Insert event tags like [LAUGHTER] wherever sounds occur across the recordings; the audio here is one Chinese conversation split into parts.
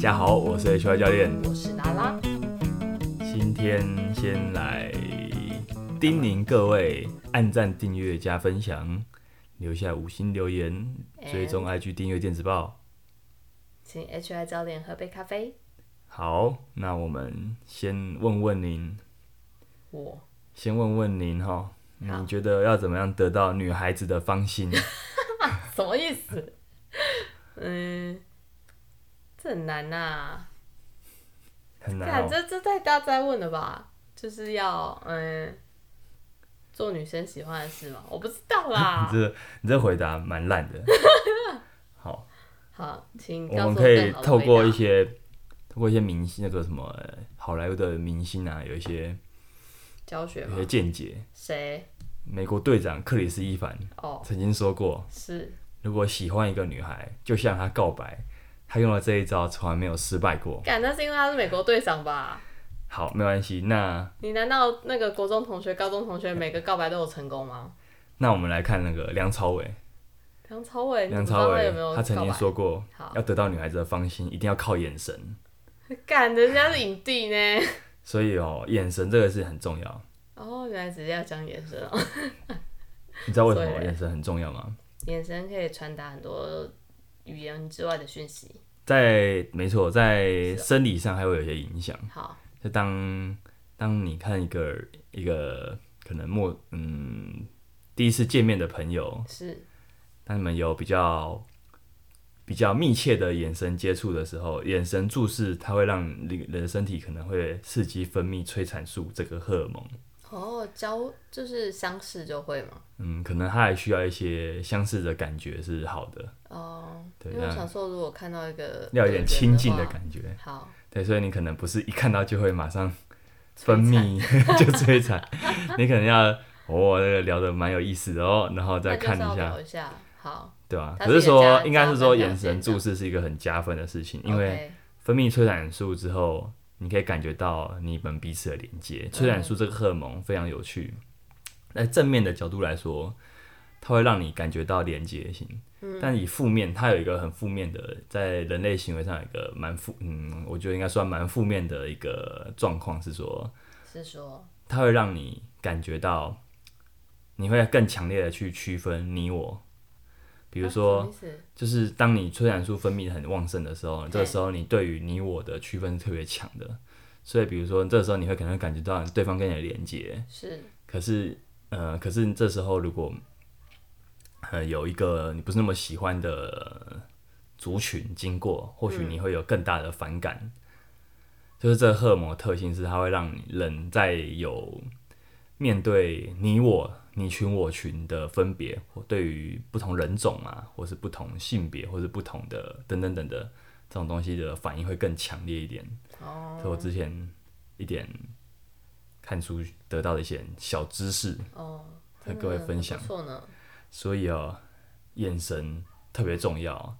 家好，我是 HY 教练。我是达拉，今天先来叮咛各位，按赞、订阅、加分享，留下五星留言，哎追踪 IG 订阅电子报。请 HI 教练喝杯咖啡。好，那我们先问问您，我先问问您哈，好你觉得要怎么样得到女孩子的芳 [LAUGHS] 心？什么意思？ [LAUGHS] 嗯，这很难呐、很啊，难、干哦。这这太大灾问了吧？就是要嗯，做女生喜欢的事吗？我不知道啦 [LAUGHS] 你。这你这回答蛮烂 [LAUGHS] 的。好，好，请我告诉们我可以更好的透过回一答些透过一些明星那个什么呃好莱坞的明星啊，有一些教学有一吗些？呃见解。谁？美国队长克里斯伊凡哦，曾经说过，是如果喜欢一个女孩，就向她告白。他用了这一招，从来没有失败过。干，那是因为他是美国队长吧？好，没关系。那你难道那个国中同学、高中同学每个告白都有成功吗？那我们来看那个梁朝伟，梁朝伟，哎你梁不知朝道他伟有没有他曾告经白说过好，要得到女孩子的芳心，一定要靠眼神。干，人家是影帝呢。所以哦，眼神这个是很重要。哦，原来只是要讲眼神哦， [LAUGHS] 你知道为什所么以眼神很重要吗？眼神可以传达很多语言之外的讯息。在没错，在啊生理上还会有一些影响。好，就当当你看一个一个可能陌嗯第一次见面的朋友，是当你们有比较比较密切的眼神接触的时候，眼神注视它会让你的身体可能会刺激分泌催产素这个荷尔蒙。哦，交就是相似就会嘛。嗯，可能它还需要一些相似的感觉是好的，哦，对因为我那想说，如果看到一个要有点亲近的觉。感觉。好，对，所以你可能不是一看到就会马上催分产泌 [LAUGHS] 就催产，你可能要哦，这个聊的蛮有意思的哦，然后再那看就一是要下聊，一下。好，对吧、它可是是一个加说，应该加是说分条眼神件这注样视是一个很加分的事情，因为 OK，分泌催产素之后，你可以感觉到你们彼此的连接。催产素这个荷尔蒙非常有趣，在正面的角度来说，它会让你感觉到连接性。嗯但以负面，它有一个很负面的，在人类行为上有一个蛮负，嗯，我觉得应该算蛮负面的一个状况是说，是说它会让你感觉到，你会更强烈的去区分你我。比如说，啊什么意思就是当你催产素分泌很旺盛的时候，对这个时候你对于你我的区分是特别强的，所以比如说这时候你会可能会感觉到对方跟你的连接，是可是呃，可是这时候如果呃有一个你不是那么喜欢的族群经过，或许你会有更大的反感。就是这荷尔蒙的特性是它会让人在有面对你我、你群我群的分别，或对于不同人种啊，或是不同性别，或是不同的等等等的这种东西的反应会更强烈一点。哦，这是我之前一点看书得到的一些小知识，哦，和真各位的分很享不错呢。所以哦，眼神特别重要。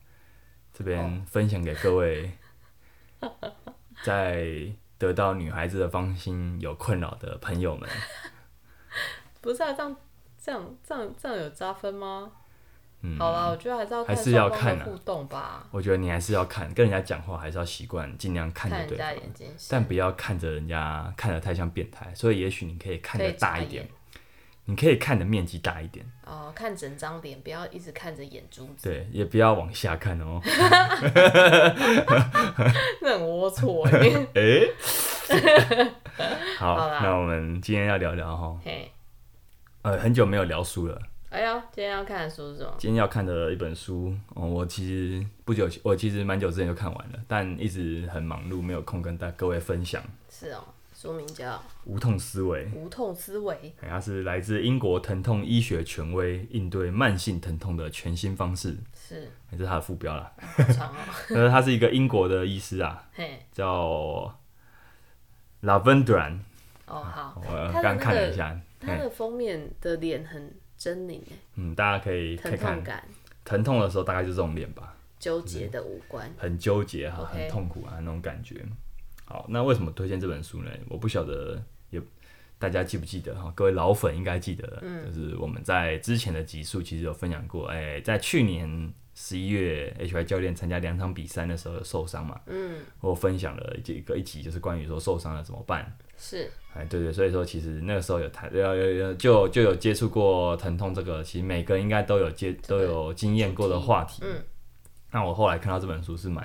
这边哦分享给各位， [LAUGHS] 在得到女孩子的芳心有困扰的朋友们，不是啊，这样这样这样这样有加分吗？嗯好啦，我觉得还是要还看是要双方看啊的互动吧，我觉得你还是要看，跟人家讲话还是要习惯，尽量看看着人对家方，眼睛是，但不要看着人家看得太像变态。所以也许你可以看可得以大眨一点眼，你可以看的面积大一点，哦，看整张脸，不要一直看着眼珠子，对，也不要往下看 [LAUGHS] 哦。那 [LAUGHS] 很龌龊欸 [LAUGHS] [LAUGHS] 诶，好，好啦那我们今天要聊聊哈，嘿，呃，很久没有聊书了。哎呀，今天要看的书是什么？今天要看的一本书，哦，我其实不久，我其实蛮久之前就看完了，但一直很忙碌，没有空跟大各位分享。是哦，书名叫《无痛思维，无痛思维哎它是来自英国疼痛医学权威应对慢性疼痛的全新方式，》，哎是也是它的副标啦。好 [LAUGHS] 长哦，但是他是一个英国的医师啊，嘿，叫 Lavendran，哦好，我他的那刚个看了一下，它嘿的封面的脸很狰狞欸嗯，大家可以看疼痛看，感，疼痛的时候大概就这种脸吧，纠结的五官，很纠结哈， OK 很痛苦啊那种感觉。好，那为什么推荐这本书呢？我不晓得也大家记不记得哈，各位老嗯粉应该记得，就是我们在之前的集数其实有分享过，哎、在去年十一月 HY 教练参加两场比赛的时候有受伤嘛，嗯，我分享了一个一集，就是关于说受伤了怎么办。是，哎，对对，所以说其实那个时候有谈，呃有有有就就有接触过疼痛这个，其实每个人应该都有接都有经验过的话题。嗯，那我后来看到这本书是蛮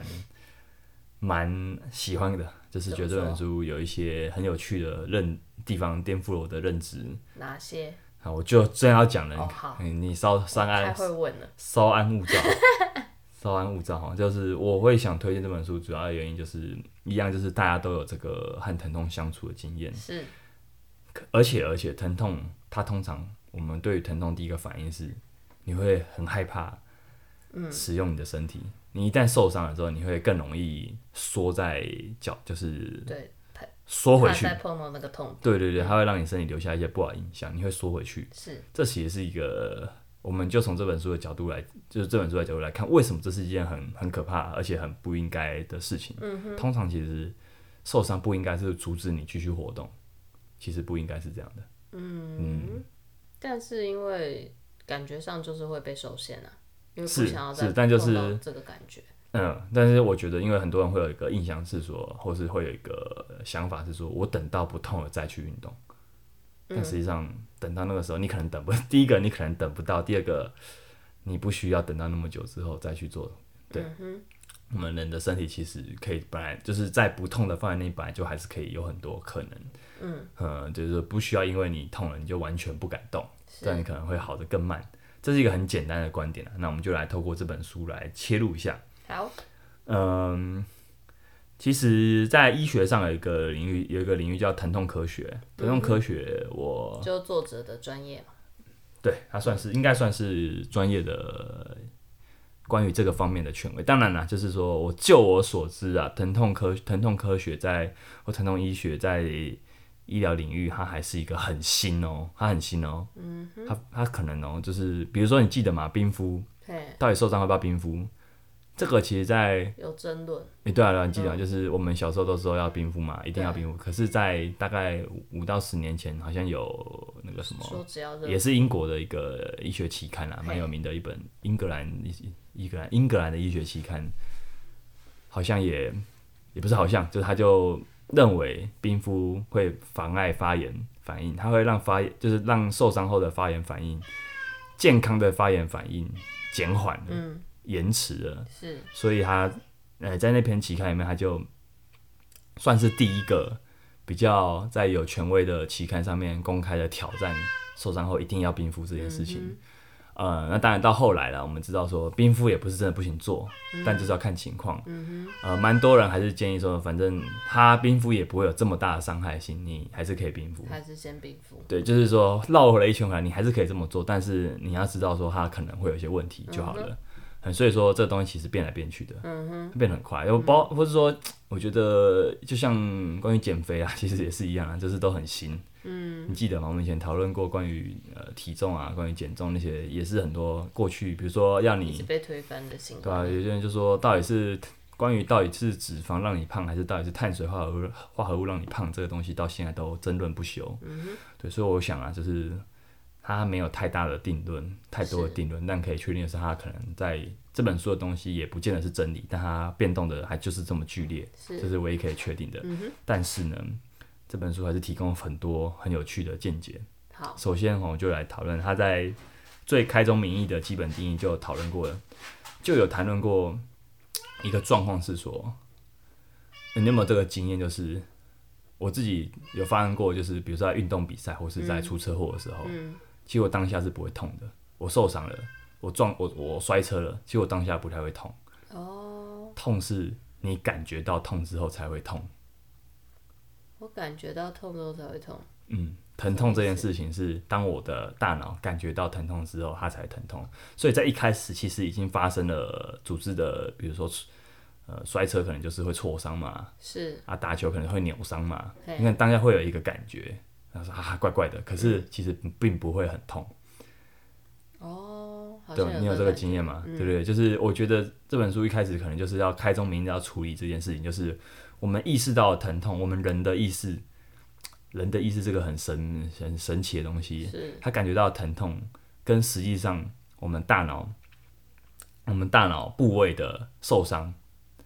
蛮喜欢的，就是觉得这本书有一些很有趣的认地方，颠覆了我的认知。哪些？啊，我就正要讲了，哦好你你稍稍太安会问了，稍安勿躁， [LAUGHS] 稍安勿躁哈，就是我会想推荐这本书，主要的原因就是一样，就是大家都有这个和疼痛相处的经验。是而且而且疼痛，它通常我们对于疼痛第一个反应是，你会很害怕，使用你的身体。你一旦受伤了之后，你会更容易缩在脚，就是对，缩回怕去再。碰到那个痛，对嗯对对，它会让你身体留下一些不好的影响，你会缩回去。是这其实是一个，我们就从这本书的角度来，就是这本书的角度来看，为什么这是一件很很可怕而且很不应该的事情。嗯、通常其实受伤不应该是阻止你继续活动，其实不应该是这样的。但是因为感觉上就是会被受限啊，因为不是想要再是但就是碰到这个感觉，嗯，但是我觉得，因为很多人会有一个印象是说，或是会有一个呃想法是说，我等到不痛了再去运动。但实际上，等到那个时候，你可能等不，第一个你可能等不到，第二个你不需要等到那么久之后再去做。对，嗯我们人的身体其实可以本来就是在不痛的范围内，本来就还是可以有很多可能。嗯，呃，就是说不需要因为你痛了你就完全不敢动，这样你可能会好的更慢。这是一个很简单的观点啊，那我们就来透过这本书来切入一下。好，嗯，其实，在医学上有一个领域，有一个领域叫疼痛科学。疼痛科学我，就作者的专业嘛，对它算是应该算是专业的关于这个方面的权威。当然啦，就是说我就我所知啊，疼痛科疼痛科学在或疼痛医学在医疗领域，它还是一个很新哦，它很新哦。嗯，它它可能哦，就是比如说你记得嘛，冰敷嘿，到底受伤要不要冰敷？这个其实，在有争论，诶，对啊，对啊，你记得啊、就是我们小时候都说要冰敷嘛，一定要冰敷。可是，在大概五五到十年前，好像有那个什么，说只要热也是英国的一个医学期刊啊，蛮有名的一本英格兰医英格兰英格兰的医学期刊，好像也也不是好像，就是他就认为冰敷会妨碍发炎反应，它会让发炎就是让受伤后的发炎反应，健康的发炎反应减缓了、嗯延迟了。是所以他呃在那篇期刊里面，他就算是第一个比较在有权威的期刊上面公开的挑战受伤后一定要冰敷这件事情。呃，那当然到后来了，我们知道说冰敷也不是真的不行做，但就是要看情况。呃，蛮多人还是建议说，反正他冰敷也不会有这么大的伤害性，你还是可以冰敷。还是先冰敷，对，就是说绕回来一圈回来，你还是可以这么做，但是你要知道说它可能会有一些问题就好了。嗯，所以说这东西其实变来变去的，嗯哼，变得很快。又包或者说，我觉得就像关于减肥啊，其实也是一样啊，就是都很新。嗯，你记得吗？我们以前讨论过关于呃体重啊，关于减重那些，也是很多过去，比如说要一你直被推翻的行对啊，为，有些人就说到底是关于到底是脂肪让你胖，还是到底是碳水化合物化合物让你胖这个东西，到现在都争论不休。对，所以我想啊，就是它没有太大的定论，太多的定论，但可以确定的是，它可能在这本书的东西也不见得是真理，但它变动的还就是这么剧烈，是这是唯一可以确定的。但是呢，这本书还是提供很多很有趣的见解。好，首先哦，我就来讨论他在最开宗明义的基本定义就有讨论过了，就有谈论过一个状况是说，你有没有这个经验？就是我自己有发生过，就是比如说在运动比赛或是在出车祸的时候，嗯其实我当下是不会痛的，我受伤了，我撞我我摔车了，其实我当下不太会痛，哦，痛是你感觉到痛之后才会痛。我感觉到痛都才会痛，嗯，疼痛这件事情是当我的大脑感觉到疼痛之后，它才疼痛。所以在一开始其实已经发生了组织的，比如说呃摔车可能就是会挫伤嘛，是啊打球可能会扭伤嘛，嘿你看当下会有一个感觉，他说啊怪怪的，可是其实并不会很痛。哦，好像对，你有这这个感觉经验吗？对不对？就是我觉得这本书一开始可能就是要开宗明义要处理这件事情，就是我们意识到了疼痛，我们人的意识，人的意识这个很神很神奇的东西，是他感觉到疼痛，跟实际上我们大脑我们大脑部位的受伤，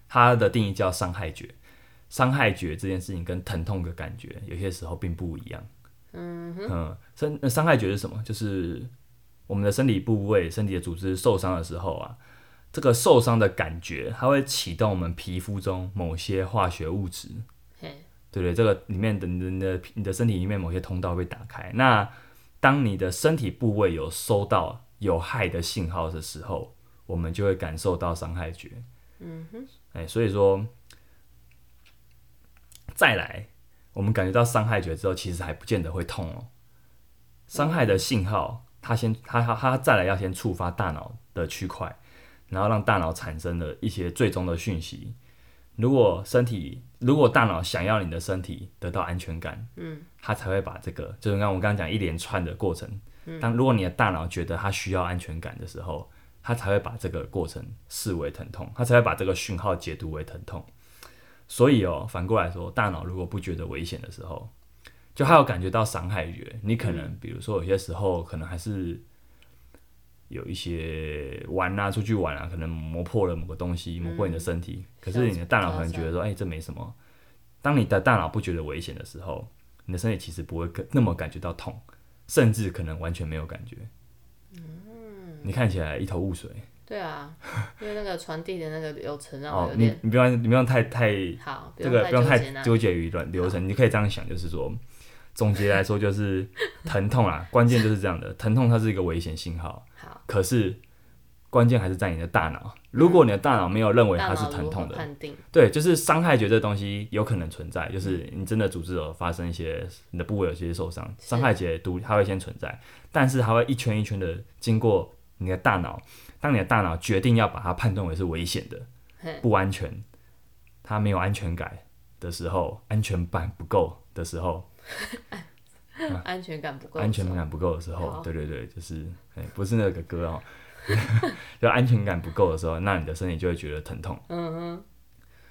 它的定义叫伤害觉。伤害觉这件事情跟疼痛的感觉有些时候并不一样。嗯哼，伤呃伤害觉是什么？就是我们的身体部位、身体的组织受伤的时候啊，这个受伤的感觉，它会启动我们皮肤中某些化学物质，嘿，对不对？这个里面的你的你的你的身体里面某些通道被打开。那当你的身体部位有收到有害的信号的时候，我们就会感受到伤害觉。嗯哼，哎、所以说，再来，我们感觉到伤害觉之后，其实还不见得会痛哦。伤害的信号，它先它它它再来要先触发大脑的区块，然后让大脑产生了一些最终的讯息。如果身体，如果大脑想要你的身体得到安全感，嗯，它才会把这个，就是刚我刚刚讲一连串的过程。当如果你的大脑觉得它需要安全感的时候，它才会把这个过程视为疼痛，它才会把这个讯号解读为疼痛。所以哦，反过来说，大脑如果不觉得危险的时候，就还有感觉到伤害觉，你可能比如说有些时候可能还是有一些玩啊，出去玩啊，可能磨破了某个东西，磨破你的身体，可是你的大脑可能觉得说，哎、这没什么。当你的大脑不觉得危险的时候，你的身体其实不会更那么感觉到痛，甚至可能完全没有感觉。你看起来一头雾水对啊， [LAUGHS] 因为那个传递的那个流程让我哦有，你点你不要你不要太太好，这用个太不用纠太结那纠结于流流程，你可以这样想，就是说，总结来说就是疼痛啊，关键就是这样的，疼痛它是一个危险信号，好，可是关键还是在你的大脑，如果你的大脑没有认为大它是脑疼如何痛的，判 [LAUGHS] 定，对，就是伤害觉这东西有可能存在，就是你真的组织有发生一些你的部位有些受伤，是伤害觉毒它会先存在，但是它会一圈一圈的经过你的大脑，当你的大脑决定要把它判断为是危险的，嘿，不安全，他没有安全感的时候，安全感不够的时候， [LAUGHS] 安全感不够，安全，感不够的时候好，对对对，就是哎、不是那个歌 [LAUGHS] 哦，就安全感不够的时候，那你的身体就会觉得疼痛。嗯哼，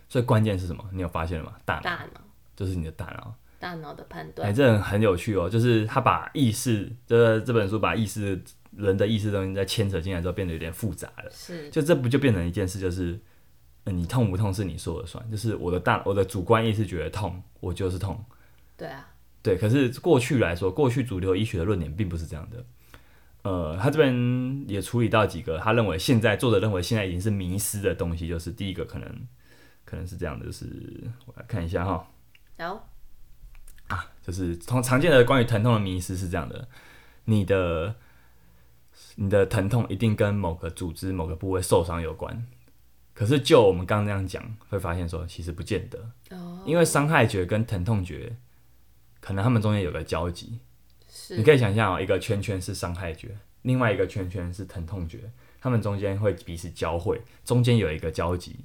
所以关键是什么？你有发现了吗？大脑，大脑就是你的大脑。大脑的判哎、断，这很很有趣哦，就是他把意识，这这本书把意识人的意识东西再牵扯进来之后，变得有点复杂了。是就这不就变成一件事，就是、呃你痛不痛是你说了算，就是我的大我的主观意识觉得痛，我就是痛。对啊，对，可是过去来说，过去主流医学的论点并不是这样的。呃，他这边也处理到几个他认为现在作者认为现在已经是迷失的东西，就是第一个可能可能是这样的，就是我来看一下哈，然后就是常常见的关于疼痛的迷失是这样的，你的你的疼痛一定跟某个组织、某个部位受伤有关。可是就我们刚刚那样讲，会发现说其实不见得，哦，因为伤害觉跟疼痛觉可能他们中间有个交集。是你可以想象哦，一个圈圈是伤害觉，另外一个圈圈是疼痛觉，它们中间会彼此交汇，中间有一个交集。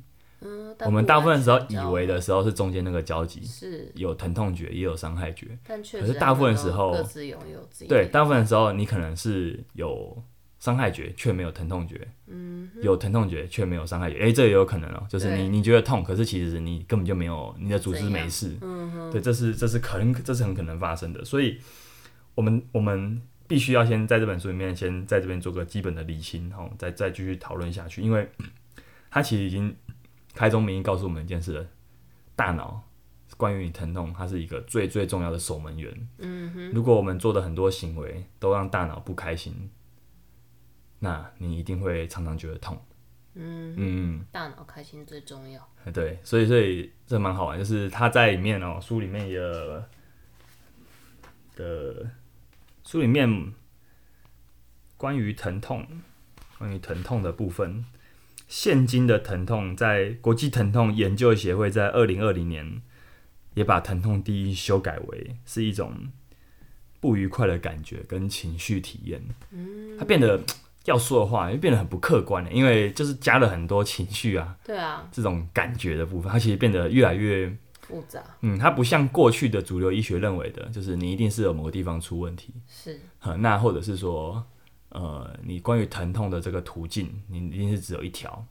嗯，但我们大部分时候完全以交为的时候是中间那个交集，是，有疼痛觉也有伤害觉。但确可实是他大部们分时都候各自拥有自己对，的大部分的时候你可能是有伤害觉却没有疼痛觉，嗯，有疼痛觉却没有伤害觉，诶、这也有可能哦、就是对你你觉得痛，可是其实你根本就没有你的组织怎没样事，嗯，对，这是这是可能这是很可能发生的，所以我们我们必须要先在这本书里面先在这边做个基本的理清，然后再再继续讨论下去，因为它其实已经开宗明义告诉我们一件事了，大脑关于你疼痛，它是一个最最重要的守门员。嗯哼，如果我们做的很多行为都让大脑不开心，那你一定会常常觉得痛。嗯嗯大脑开心最重要。嗯，对，所以所以这蛮好玩，就是他在里面哦，书里面也有的书里面关于疼痛，关于疼痛的部分。现今的疼痛，在国际疼痛研究协会在二零二零年也把疼痛定义修改为是一种不愉快的感觉跟情绪体验。它变得要说的话，又变得很不客观了，因为就是加了很多情绪啊，对啊，这种感觉的部分，它其实变得越来越，复杂嗯，它不像过去的主流医学认为的，就是你一定是有某个地方出问题，是呃那或者是说，呃，你关于疼痛的这个途径，你一定是只有一条，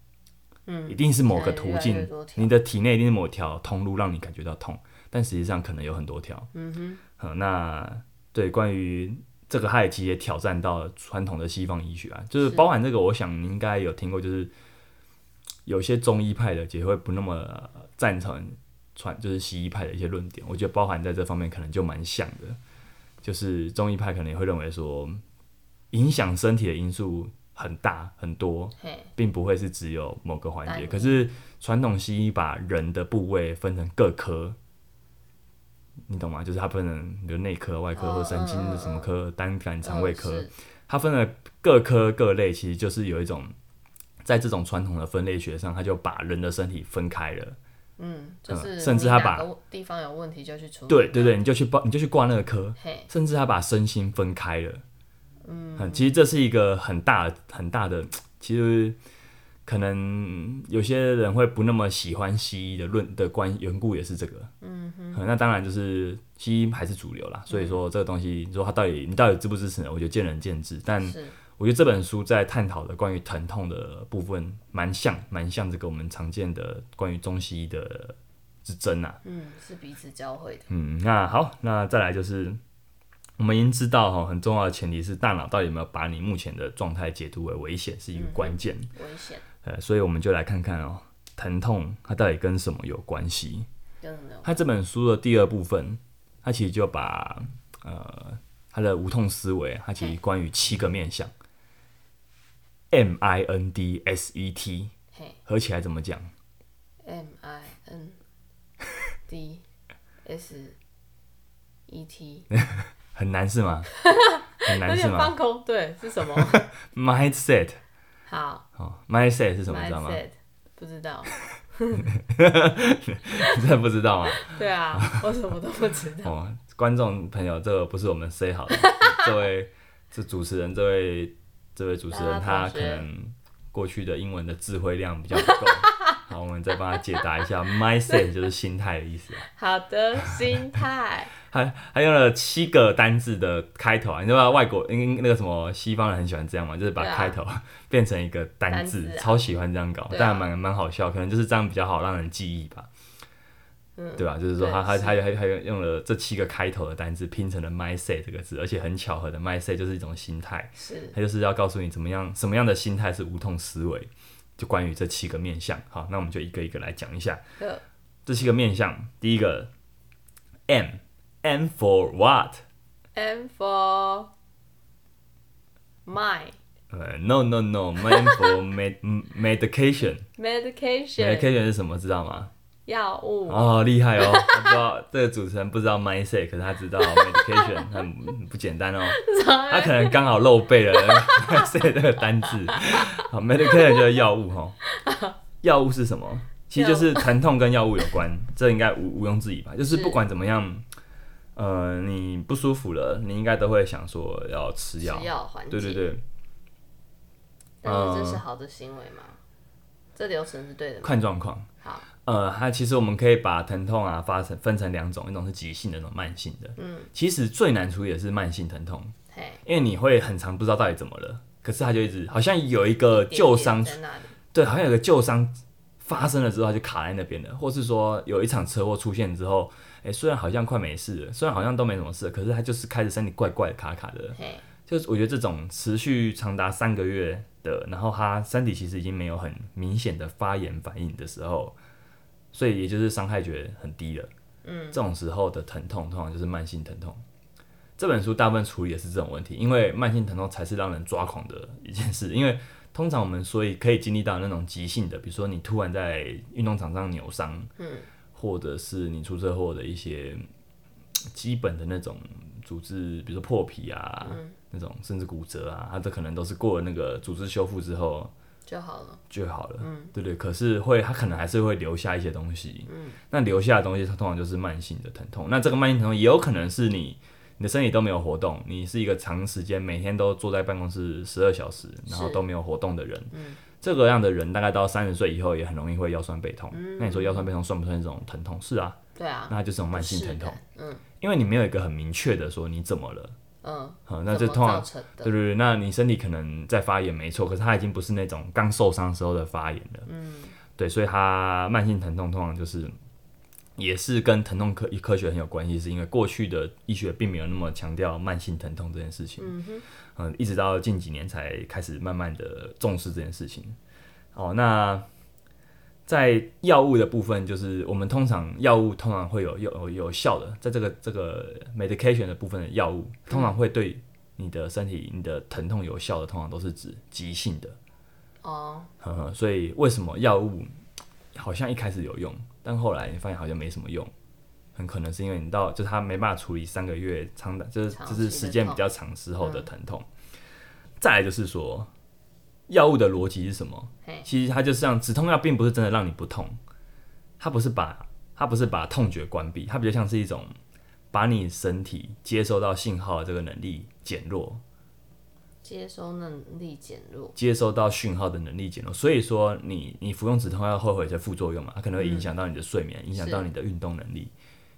嗯，一定是某个现在越途来径越多，条你的体内一定是某条通路让你呃感觉到痛，但实际上可能有很多条，嗯哼，那对关于这个它也其实也挑战到了传统的西方医学啊，就是是包含这个，我想你应该有听过，就是有些中医派的也会不那么呃赞成传就是西医派的一些论点，我觉得包含在这方面可能就蛮像的，就是中医派可能也会认为说，影响身体的因素很大很多，嘿，并不会是只有某个环单节。一可是传统西医把人的部位分成各科，你懂吗？就是它分成比如内科、外科哦或神经嗯嗯嗯什么科、单感肠胃科，嗯是它分了各科各类，其实就是有一种在这种传统的分类学上，它就把人的身体分开了。嗯，就嗯是甚至你他哪把个地方有问题就去处理，对对，对，你就去报，你就去挂那个科，嘿，甚至他把身心分开了。嗯，其实这是一个很大很大的，其实可能有些人会不那么喜欢西医的论的关缘故也是这个。嗯哼，那当然就是西医还是主流啦，所以说这个东西，你说它到底你到底支不支持呢？我觉得见仁见智，但是我觉得这本书在探讨的关于疼痛的部分，蛮像蛮像这个我们常见的关于中西医的之争啊。嗯，是彼此交汇的，嗯，那好，那再来就是，我们已经知道哈，很重要的前提是大脑到底有没有把你目前的状态解读为危险是一个关键。危险呃，所以我们就来看看哦，疼痛它到底跟什么有关系？跟什么有？它这本书的第二部分，它其实就把呃它的无痛思维，它其实关于七个面向，M I N D S E T 嘿合起来怎么讲？ ，M I N D S E [LAUGHS] T，很难是吗？很 [LAUGHS] 有难是点吗放空，对，[LAUGHS] 是什么？ ？Mindset 好哦，mindset 是什么？你知道吗？ ，mindset，不知道，你 [LAUGHS] 真的不知道吗？对啊，我什么都不知道，哦，观众朋友，这个不是我们 say 好 [LAUGHS] 的，这位这主持人，这位这位主持人，他大家同可学能过去的英文的智慧量比较不 [LAUGHS] 够。好，我们再帮他解答一下 mindset 就是心态的意思。啊好的，心态，还还用了七个单字的开头啊，你知道外国因那个什么西方人很喜欢这样嘛，就是把对啊开头 [LAUGHS] 变成一个单字，单字啊超喜欢这样搞，对啊但蛮蛮好笑，可能就是这样比较好让人记忆吧。嗯对吧？啊就是说对他，他是他他他用了这七个开头的单字拼成了 mindset 这个字，而且很巧合的 mindset 就是一种心态，是 [LAUGHS] 他就是要告诉你怎么样什么样的心态是无痛思维，就关于这七个面向。好，那我们就一个一个来讲一下呃这七个面向。第一个 M M for what？ M for mind 呃，no no no，M for [LAUGHS] med medication。 medication medication 是什么？知道吗？药物， [LAUGHS] 哦，厉害哦！他不知道这个主持人不知道 mindset，可是他知道 medication，很不简单哦。他可能刚好漏背 [LAUGHS] 了 “medication” 这个单字。好，medication 就是药物哈。药物是什么？其实就是疼痛跟药物有关，这应该毋毋庸置疑吧？就是是不管怎么样，呃，你不舒服了，你应该都会想说要吃药吃。药缓解，对对嗯对，但是这是好的行为吗？这流程是对的吗？看状况。好，呃，它其实我们可以把疼痛啊发成分成两种，一种是急性的，一种慢性的。嗯，其实最难处理的是慢性疼痛，嘿，因为你会很长不知道到底怎么了，可是它就一直好像有一个一点旧伤点在那里，对，好像有个旧伤发生了之后，它就卡在那边了，或是说有一场车祸出现之后，哎、虽然好像快没事了，虽然好像都没什么事了，可是它就是开始身体怪怪的、卡卡的。嘿，就是我觉得这种持续长达三个月的，然后它身体其实已经没有很明显的发炎反应的时候，所以也就是伤害觉很低了。嗯，这种时候的疼痛通常就是慢性疼痛。这本书大部分处理的是这种问题，因为慢性疼痛才是让人抓狂的一件事。因为通常我们所以可以经历到那种急性的，比如说你突然在运动场上扭伤，嗯，或者是你出车祸的一些嗯基本的那种组织，比如说破皮啊，那种甚至骨折啊，它这可能都是过了那个组织修复之后，就好了，就好了，嗯对对。可是会，它可能还是会留下一些东西，嗯那留下的东西，它通常就是慢性的疼痛。那这个慢性疼痛也有可能是你你的身体都没有活动，你是一个长时间每天都坐在办公室十二小时，然后都没有活动的人，嗯这个样的人大概到三十岁以后也很容易会腰酸背痛。嗯那你说腰酸背痛算不算一种疼痛？是啊，对啊，那它就是一种慢性疼痛不，欸因为你没有一个很明确的说你怎么了，嗯，嗯，那怎这么通常造成的，对对对，那你身体可能在发炎没错，可是它已经不是那种刚受伤时候的发炎了。嗯，对，所以它慢性疼痛通常就是也是跟疼痛科科学很有关系，是因为过去的医学并没有那么强调慢性疼痛这件事情，嗯哼，嗯，一直到近几年才开始慢慢的重视这件事情。哦，那在药物的部分，就是我们通常药物通常会有有有效的，在这个这个 medication 的部分的药物，通常会对你的身体、你的疼痛有效的，通常都是指急性的。哦，呵呵，所以为什么药物好像一开始有用，但后来你发现好像没什么用？很可能是因为你到就是它没办法处理三个月长的，就是长就期是的嗯时间比较长之后的疼痛。再来就是说，药物的逻辑是什么？嘿，其实它就是让止痛药并不是真的让你不痛，它不是把它不是把痛觉关闭，它比较像是一种把你身体接收到信号的这个能力减弱，接收能力减弱，接收到讯号的能力减弱，所以说你你服用止痛药会有一些副作用嘛，它可能会影响到你的睡嗯眠，影响到你的运动能力，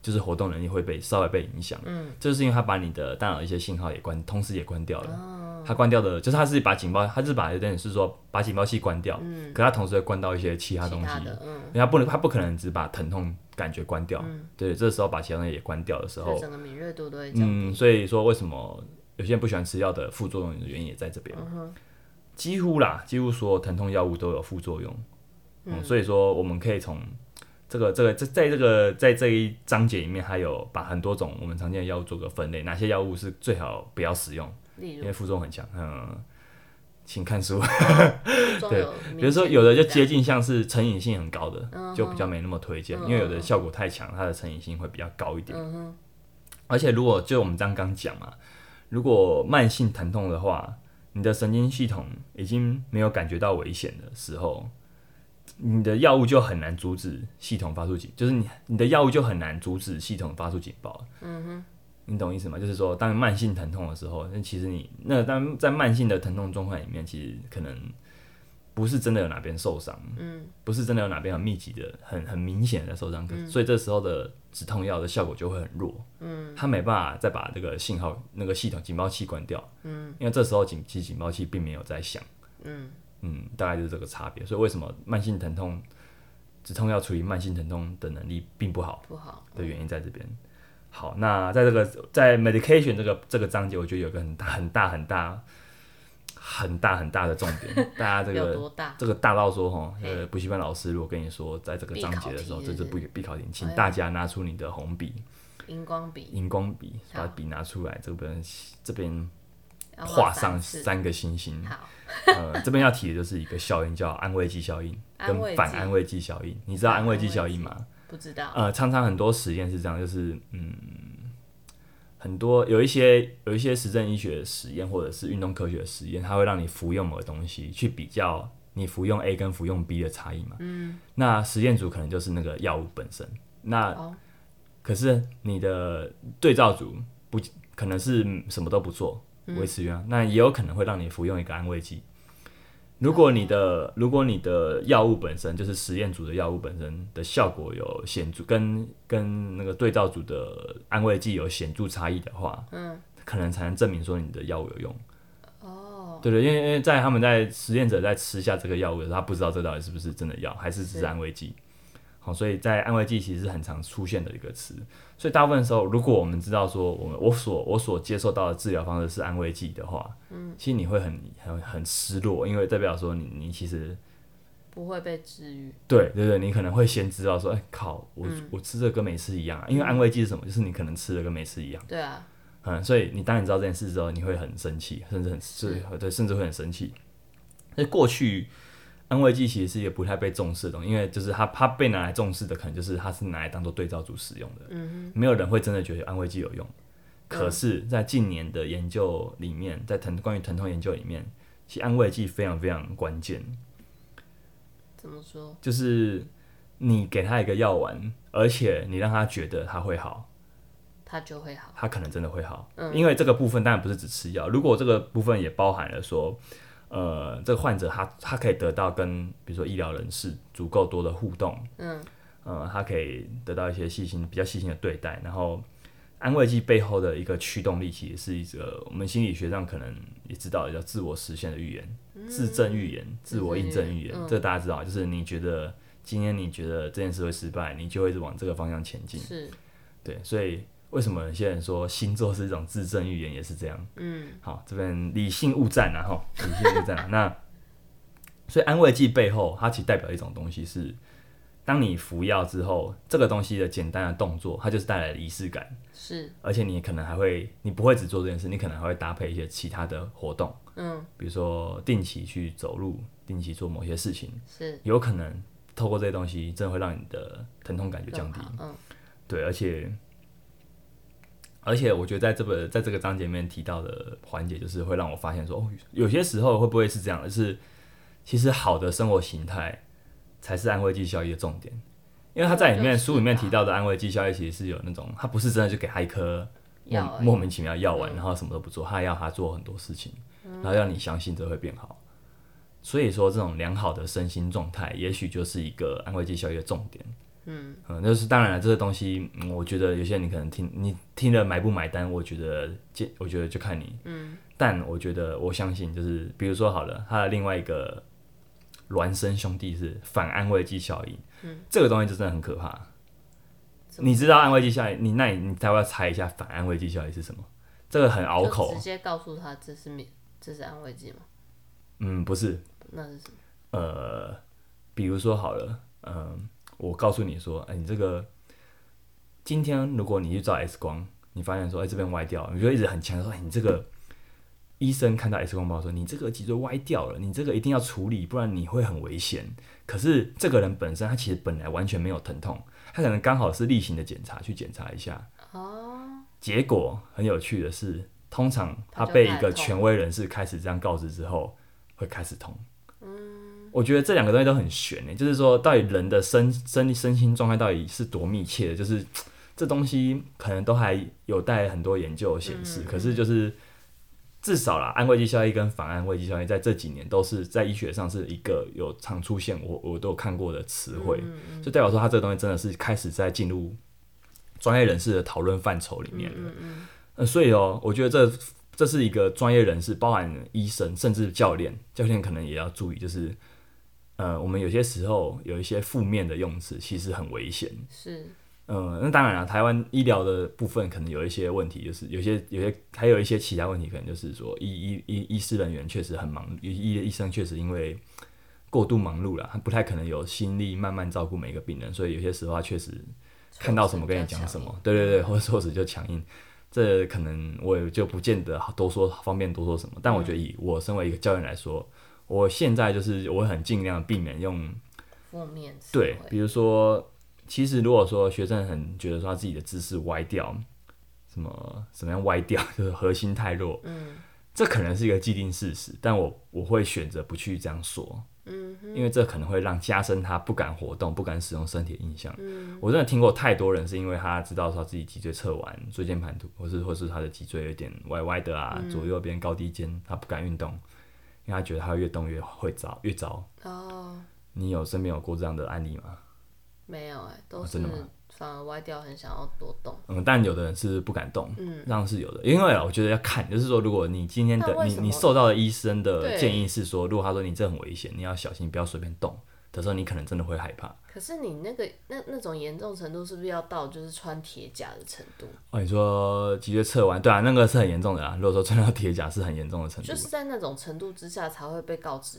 就是活动能力会被稍微被影响。嗯，这就是因为它把你的大脑一些信号也关，同时也关掉了。哦它关掉的，就是它是把警报，它是把有点是说把警报器关掉，嗯，可它同时会关到一些其他东其西，他的，嗯，因为它不能，它不可能只把疼痛感觉关掉。对，这时候把其他东西也关掉的时候所以，整个敏锐度都会降低。哦嗯，所以说为什么有些人不喜欢吃药的副作用的原因也在这边。几乎啦，几乎所有疼痛药物都有副作用。嗯，所以说我们可以从这个这个这在这个在这一章节里面，还有把很多种我们常见的药物做个分类，哪些药物是最好不要使用，例因如为副作用很强。嗯，请看书。腹中有明显的感，比如说有的就接近像是成瘾性很高的，就比较没那么推荐，因为有的效果太强，它的成瘾性会比较高一点。嗯而且如果就我们刚刚讲嘛，如果慢性疼痛的话，你的神经系统已经没有感觉到危险的时候，你的药物就很难阻止系统发出警，就是你你的药物就很难阻止系统发出警报。嗯哼，你懂意思吗？就是说，当慢性疼痛的时候，那其实你那当在慢性的疼痛状况里面，其实可能不是真的有哪边受伤，嗯，不是真的有哪边很密集的、很很明显的受伤，可所以这时候的止痛药的效果就会很弱，嗯，它没办法再把这个信号、那个系统警报器关掉，嗯，因为这时候警其实警报器并没有在响，嗯嗯，大概就是这个差别。所以为什么慢性疼痛止痛药处理慢性疼痛的能力并不好？不好，的原因在这边。好，那在这个在 medication 这个这个章节，我觉得有个很大很大很大很大很大的重 [LAUGHS] 点，大家这有个多大？这个大到说哈，呃，嘿补习班老师如果跟你说在这个章节的时候，必这考是题是不必考点，请哎呀大家拿出你的红笔、荧光笔荧光笔，好把笔拿出来，这边这边要画三上次。三个星星。好，呃，这边要提的就是一个效应，叫安慰剂效应安慰跟剂反安慰剂效应。你知道反安慰安剂慰效剂应吗？不知道，呃，常常很多实验是这样，就是嗯，很多有一些有一些实证医学的实验或者是运动科学的实验，它会让你服用某个东西去比较你服用 A 跟服用 B 的差异嘛。嗯。那实验组可能就是那个药物本身，那、哦可是你的对照组不可能是什么都不做，维持原样，那也有可能会让你服用一个安慰剂。如果你的如果你的药物本身就是实验组的药物本身的效果有显著跟跟那个对照组的安慰剂有显著差异的话，嗯，可能才能证明说你的药物有用。哦，对对，因为因为在他们在实验者在吃下这个药物的时候，他不知道这到底是不是真的药，还是只是是安慰剂。好，所以在安慰剂其实是很常出现的一个词。所以大部分的时候，如果我们知道说我们我所我所接受到的治疗方式是安慰剂的话，嗯，其实你会很很很失落，因为代表说你你其实不会被治愈。对对对，你可能会先知道说，哎、靠，我、我吃这跟没吃一样、啊，因为安慰剂是什么？就是你可能吃的跟没吃一样，对啊，嗯，所以你当你知道这件事之后，你会很生气，甚至很是呃对，甚至会很生气。那过去安慰剂其实是也不太被重视的东西，因为就是它它被拿来重视的，可能就是它是拿来当做对照组使用的，嗯、没有人会真的觉得安慰剂有用。可是，在近年的研究里面，在疼关于疼痛研究里面，其实安慰剂非常非常关键。怎么说？就是你给他一个药丸，而且你让他觉得他会好，它就会好。嗯他可能真的会好。因为这个部分当然不是只吃药，如果这个部分也包含了说，呃，这个患者他他可以得到跟比如说医疗人士足够多的互动，嗯，呃，他可以得到一些细心、比较细心的对待。然后，安慰剂背后的一个驱动力，其实是一个我们心理学上可能也知道的叫嗯自我实现的预言、自证预言、自我印证预言。这大家知道吗，就是你觉得今天你觉得这件事会失败，你就会一直往这个方向前进。是，对，所以为什么有些人说星座是一种自证预言，也是这样。嗯，好，这边理性勿战啊，哈，理性勿战、啊。 [LAUGHS] 那所以安慰剂背后，它其实代表一种东西是，当你服药之后，这个东西的简单的动作，它就是带来的仪式感，是，而且你可能还会，你不会只做这件事，你可能还会搭配一些其他的活动，嗯，比如说定期去走路，定期做某些事情，是，有可能透过这些东西，真的会让你的疼痛感觉降低更。好嗯，对，而且而且我觉得在这个在这个章节里面提到的环节，就是会让我发现说，哦，有些时候会不会是这样的？是其实好的生活形态才是安慰剂效益的重点，因为他在里面、嗯就是书里面提到的安慰剂效益，其实是有那种他不是真的就给他一颗要莫而已嗯莫名其妙药丸，然后什么都不做，他还要他做很多事情，然后要你相信这会变好。所以说，这种良好的身心状态，也许就是一个安慰剂效益的重点。嗯就是当然了，这个东西，嗯我觉得有些人你可能听你听了买不买单，我觉得见，我觉得就看你。嗯，但我觉得我相信，就是比如说好了，他的另外一个孪生兄弟是反安慰剂效应。嗯，这个东西就真的很可怕。怎么你知道安慰剂效应，你那你你待会要猜一下反安慰剂效应是什么？这个很拗就口直。接告诉他这是免，这是安慰剂嘛？嗯，不是，那是什么？呃，比如说好了，嗯、我告诉你说，哎、你这个今天如果你去照 X 光，你发现说，哎、这边歪掉了，你就一直很强调说，哎、你这个医生看到 X 光报说，你这个脊椎歪掉了，你这个一定要处理，不然你会很危险。可是这个人本身他其实本来完全没有疼痛，他可能刚好是例行的检查去检查一下，哦，结果很有趣的是，通常他他就被开一始个痛权威人士开始这样告知之后，会开始痛。嗯，我觉得这两个东西都很悬诶，就是说到底人的身身身心状态到底是多密切的，就是这东西可能都还有待很多研究显嗯示。可是就是至少啦，安慰剂效应跟反安慰剂效应在这几年都是在医学上是一个有常出现我我都有看过的词汇，就代表说它这个东西真的是开始在进入专业人士的讨论范畴里面了。呃，所以哦，我觉得这这是一个专业人士，包含医生，甚至教练，教练可能也要注意，就是呃，我们有些时候有一些负面的用词，其实很危险。是，嗯，那当然了，台湾医疗的部分可能有一些问题，就是有些有些还有一些其他问题，可能就是说医医医医师人员确实很忙，医医医生确实因为过度忙碌了，他不太可能有心力慢慢照顾每一个病人，所以有些时候他确实看到什么跟你讲什么，对对对，或者措辞就强硬，这可能我也就不见得多说方便多说什么。但我觉得以我身为一个教练来说，我现在就是我很尽量避免用负面词对，汇，比如说，其实如果说学生很觉得说他自己的姿势歪掉，什么怎么样歪掉， [LAUGHS] 就是核心太弱，嗯这可能是一个既定事实，但我我会选择不去这样说，嗯哼，因为这可能会让加深他不敢活动、不敢使用身体的印象。嗯我真的听过太多人是因为他知道说自己脊椎侧弯、椎间盘突，或是或是他的脊椎有点歪歪的啊，嗯左右边高低肩，他不敢运动，因为他觉得他越动越会糟，越糟。哦，你有身边有过这样的案例吗？没有哎，都啊是真的吗反而歪掉，很想要多动。嗯，但有的人是不敢动，嗯，这样是有的，因为啊我觉得要看，就是说，如果你今天那的为你什么你受到的医生的对建议是说，如果他说你这很危险，你要小心，不要随便动的时候，你可能真的会害怕。可是你那个那那种严重程度，是不是要到就是穿铁甲的程度？哦，你说脊椎侧弯，对啊，那个是很严重的啊。如果说穿到铁甲是很严重的程度，就是在那种程度之下才会被告知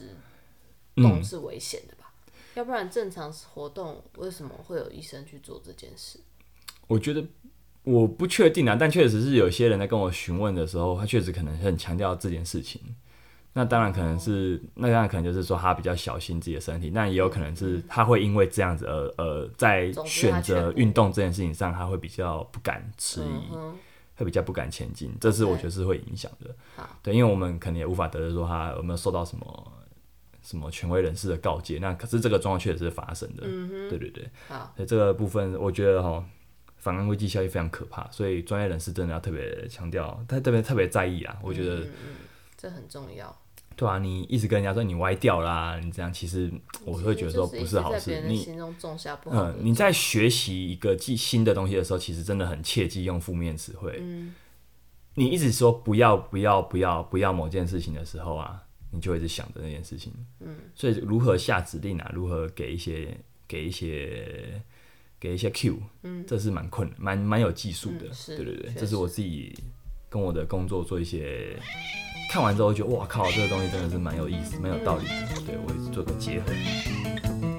嗯动，是危险的吧？要不然正常活动为什么会有医生去做这件事？我觉得我不确定啊，但确实是有些人在跟我询问的时候，他确实可能很强调这件事情。那当然可能是，那当然可能就是说他比较小心自己的身体，那也有可能是他会因为这样子而呃，在总之他选择全部运动这件事情上，他会比较不敢迟嗯疑，哼，会比较不敢前进，这是我对觉得是会影响的好。对，因为我们可能也无法得知说他有没有受到什么什么权威人士的告诫，那可是这个状况确实是发生的。嗯哼，对对对。好，所以这个部分，我觉得哈，反安慰剂效应非常可怕，所以专业人士真的要特别强调，他特别特别在意啊。我觉得，嗯嗯这很重要。对啊，你一直跟人家说你歪掉啦，你这样，其实我会觉得说就是不一直好在别事。人的你心中种下不嗯好的，你在学习一个记新的东西的时候，其实真的很切忌用负面词汇。嗯你一直说不要不要不要不要某件事情的时候啊，你就会一直想着那件事情。嗯，所以如何下指令啊，如何给一些给一些给一些 Q，嗯，这是蛮困难，蛮蛮有技术的，嗯是对对对，确这是我自己跟我的工作做一些。看完之后觉得哇靠，这个东西真的是蛮有意思、蛮有道理的，对我一直做个结合。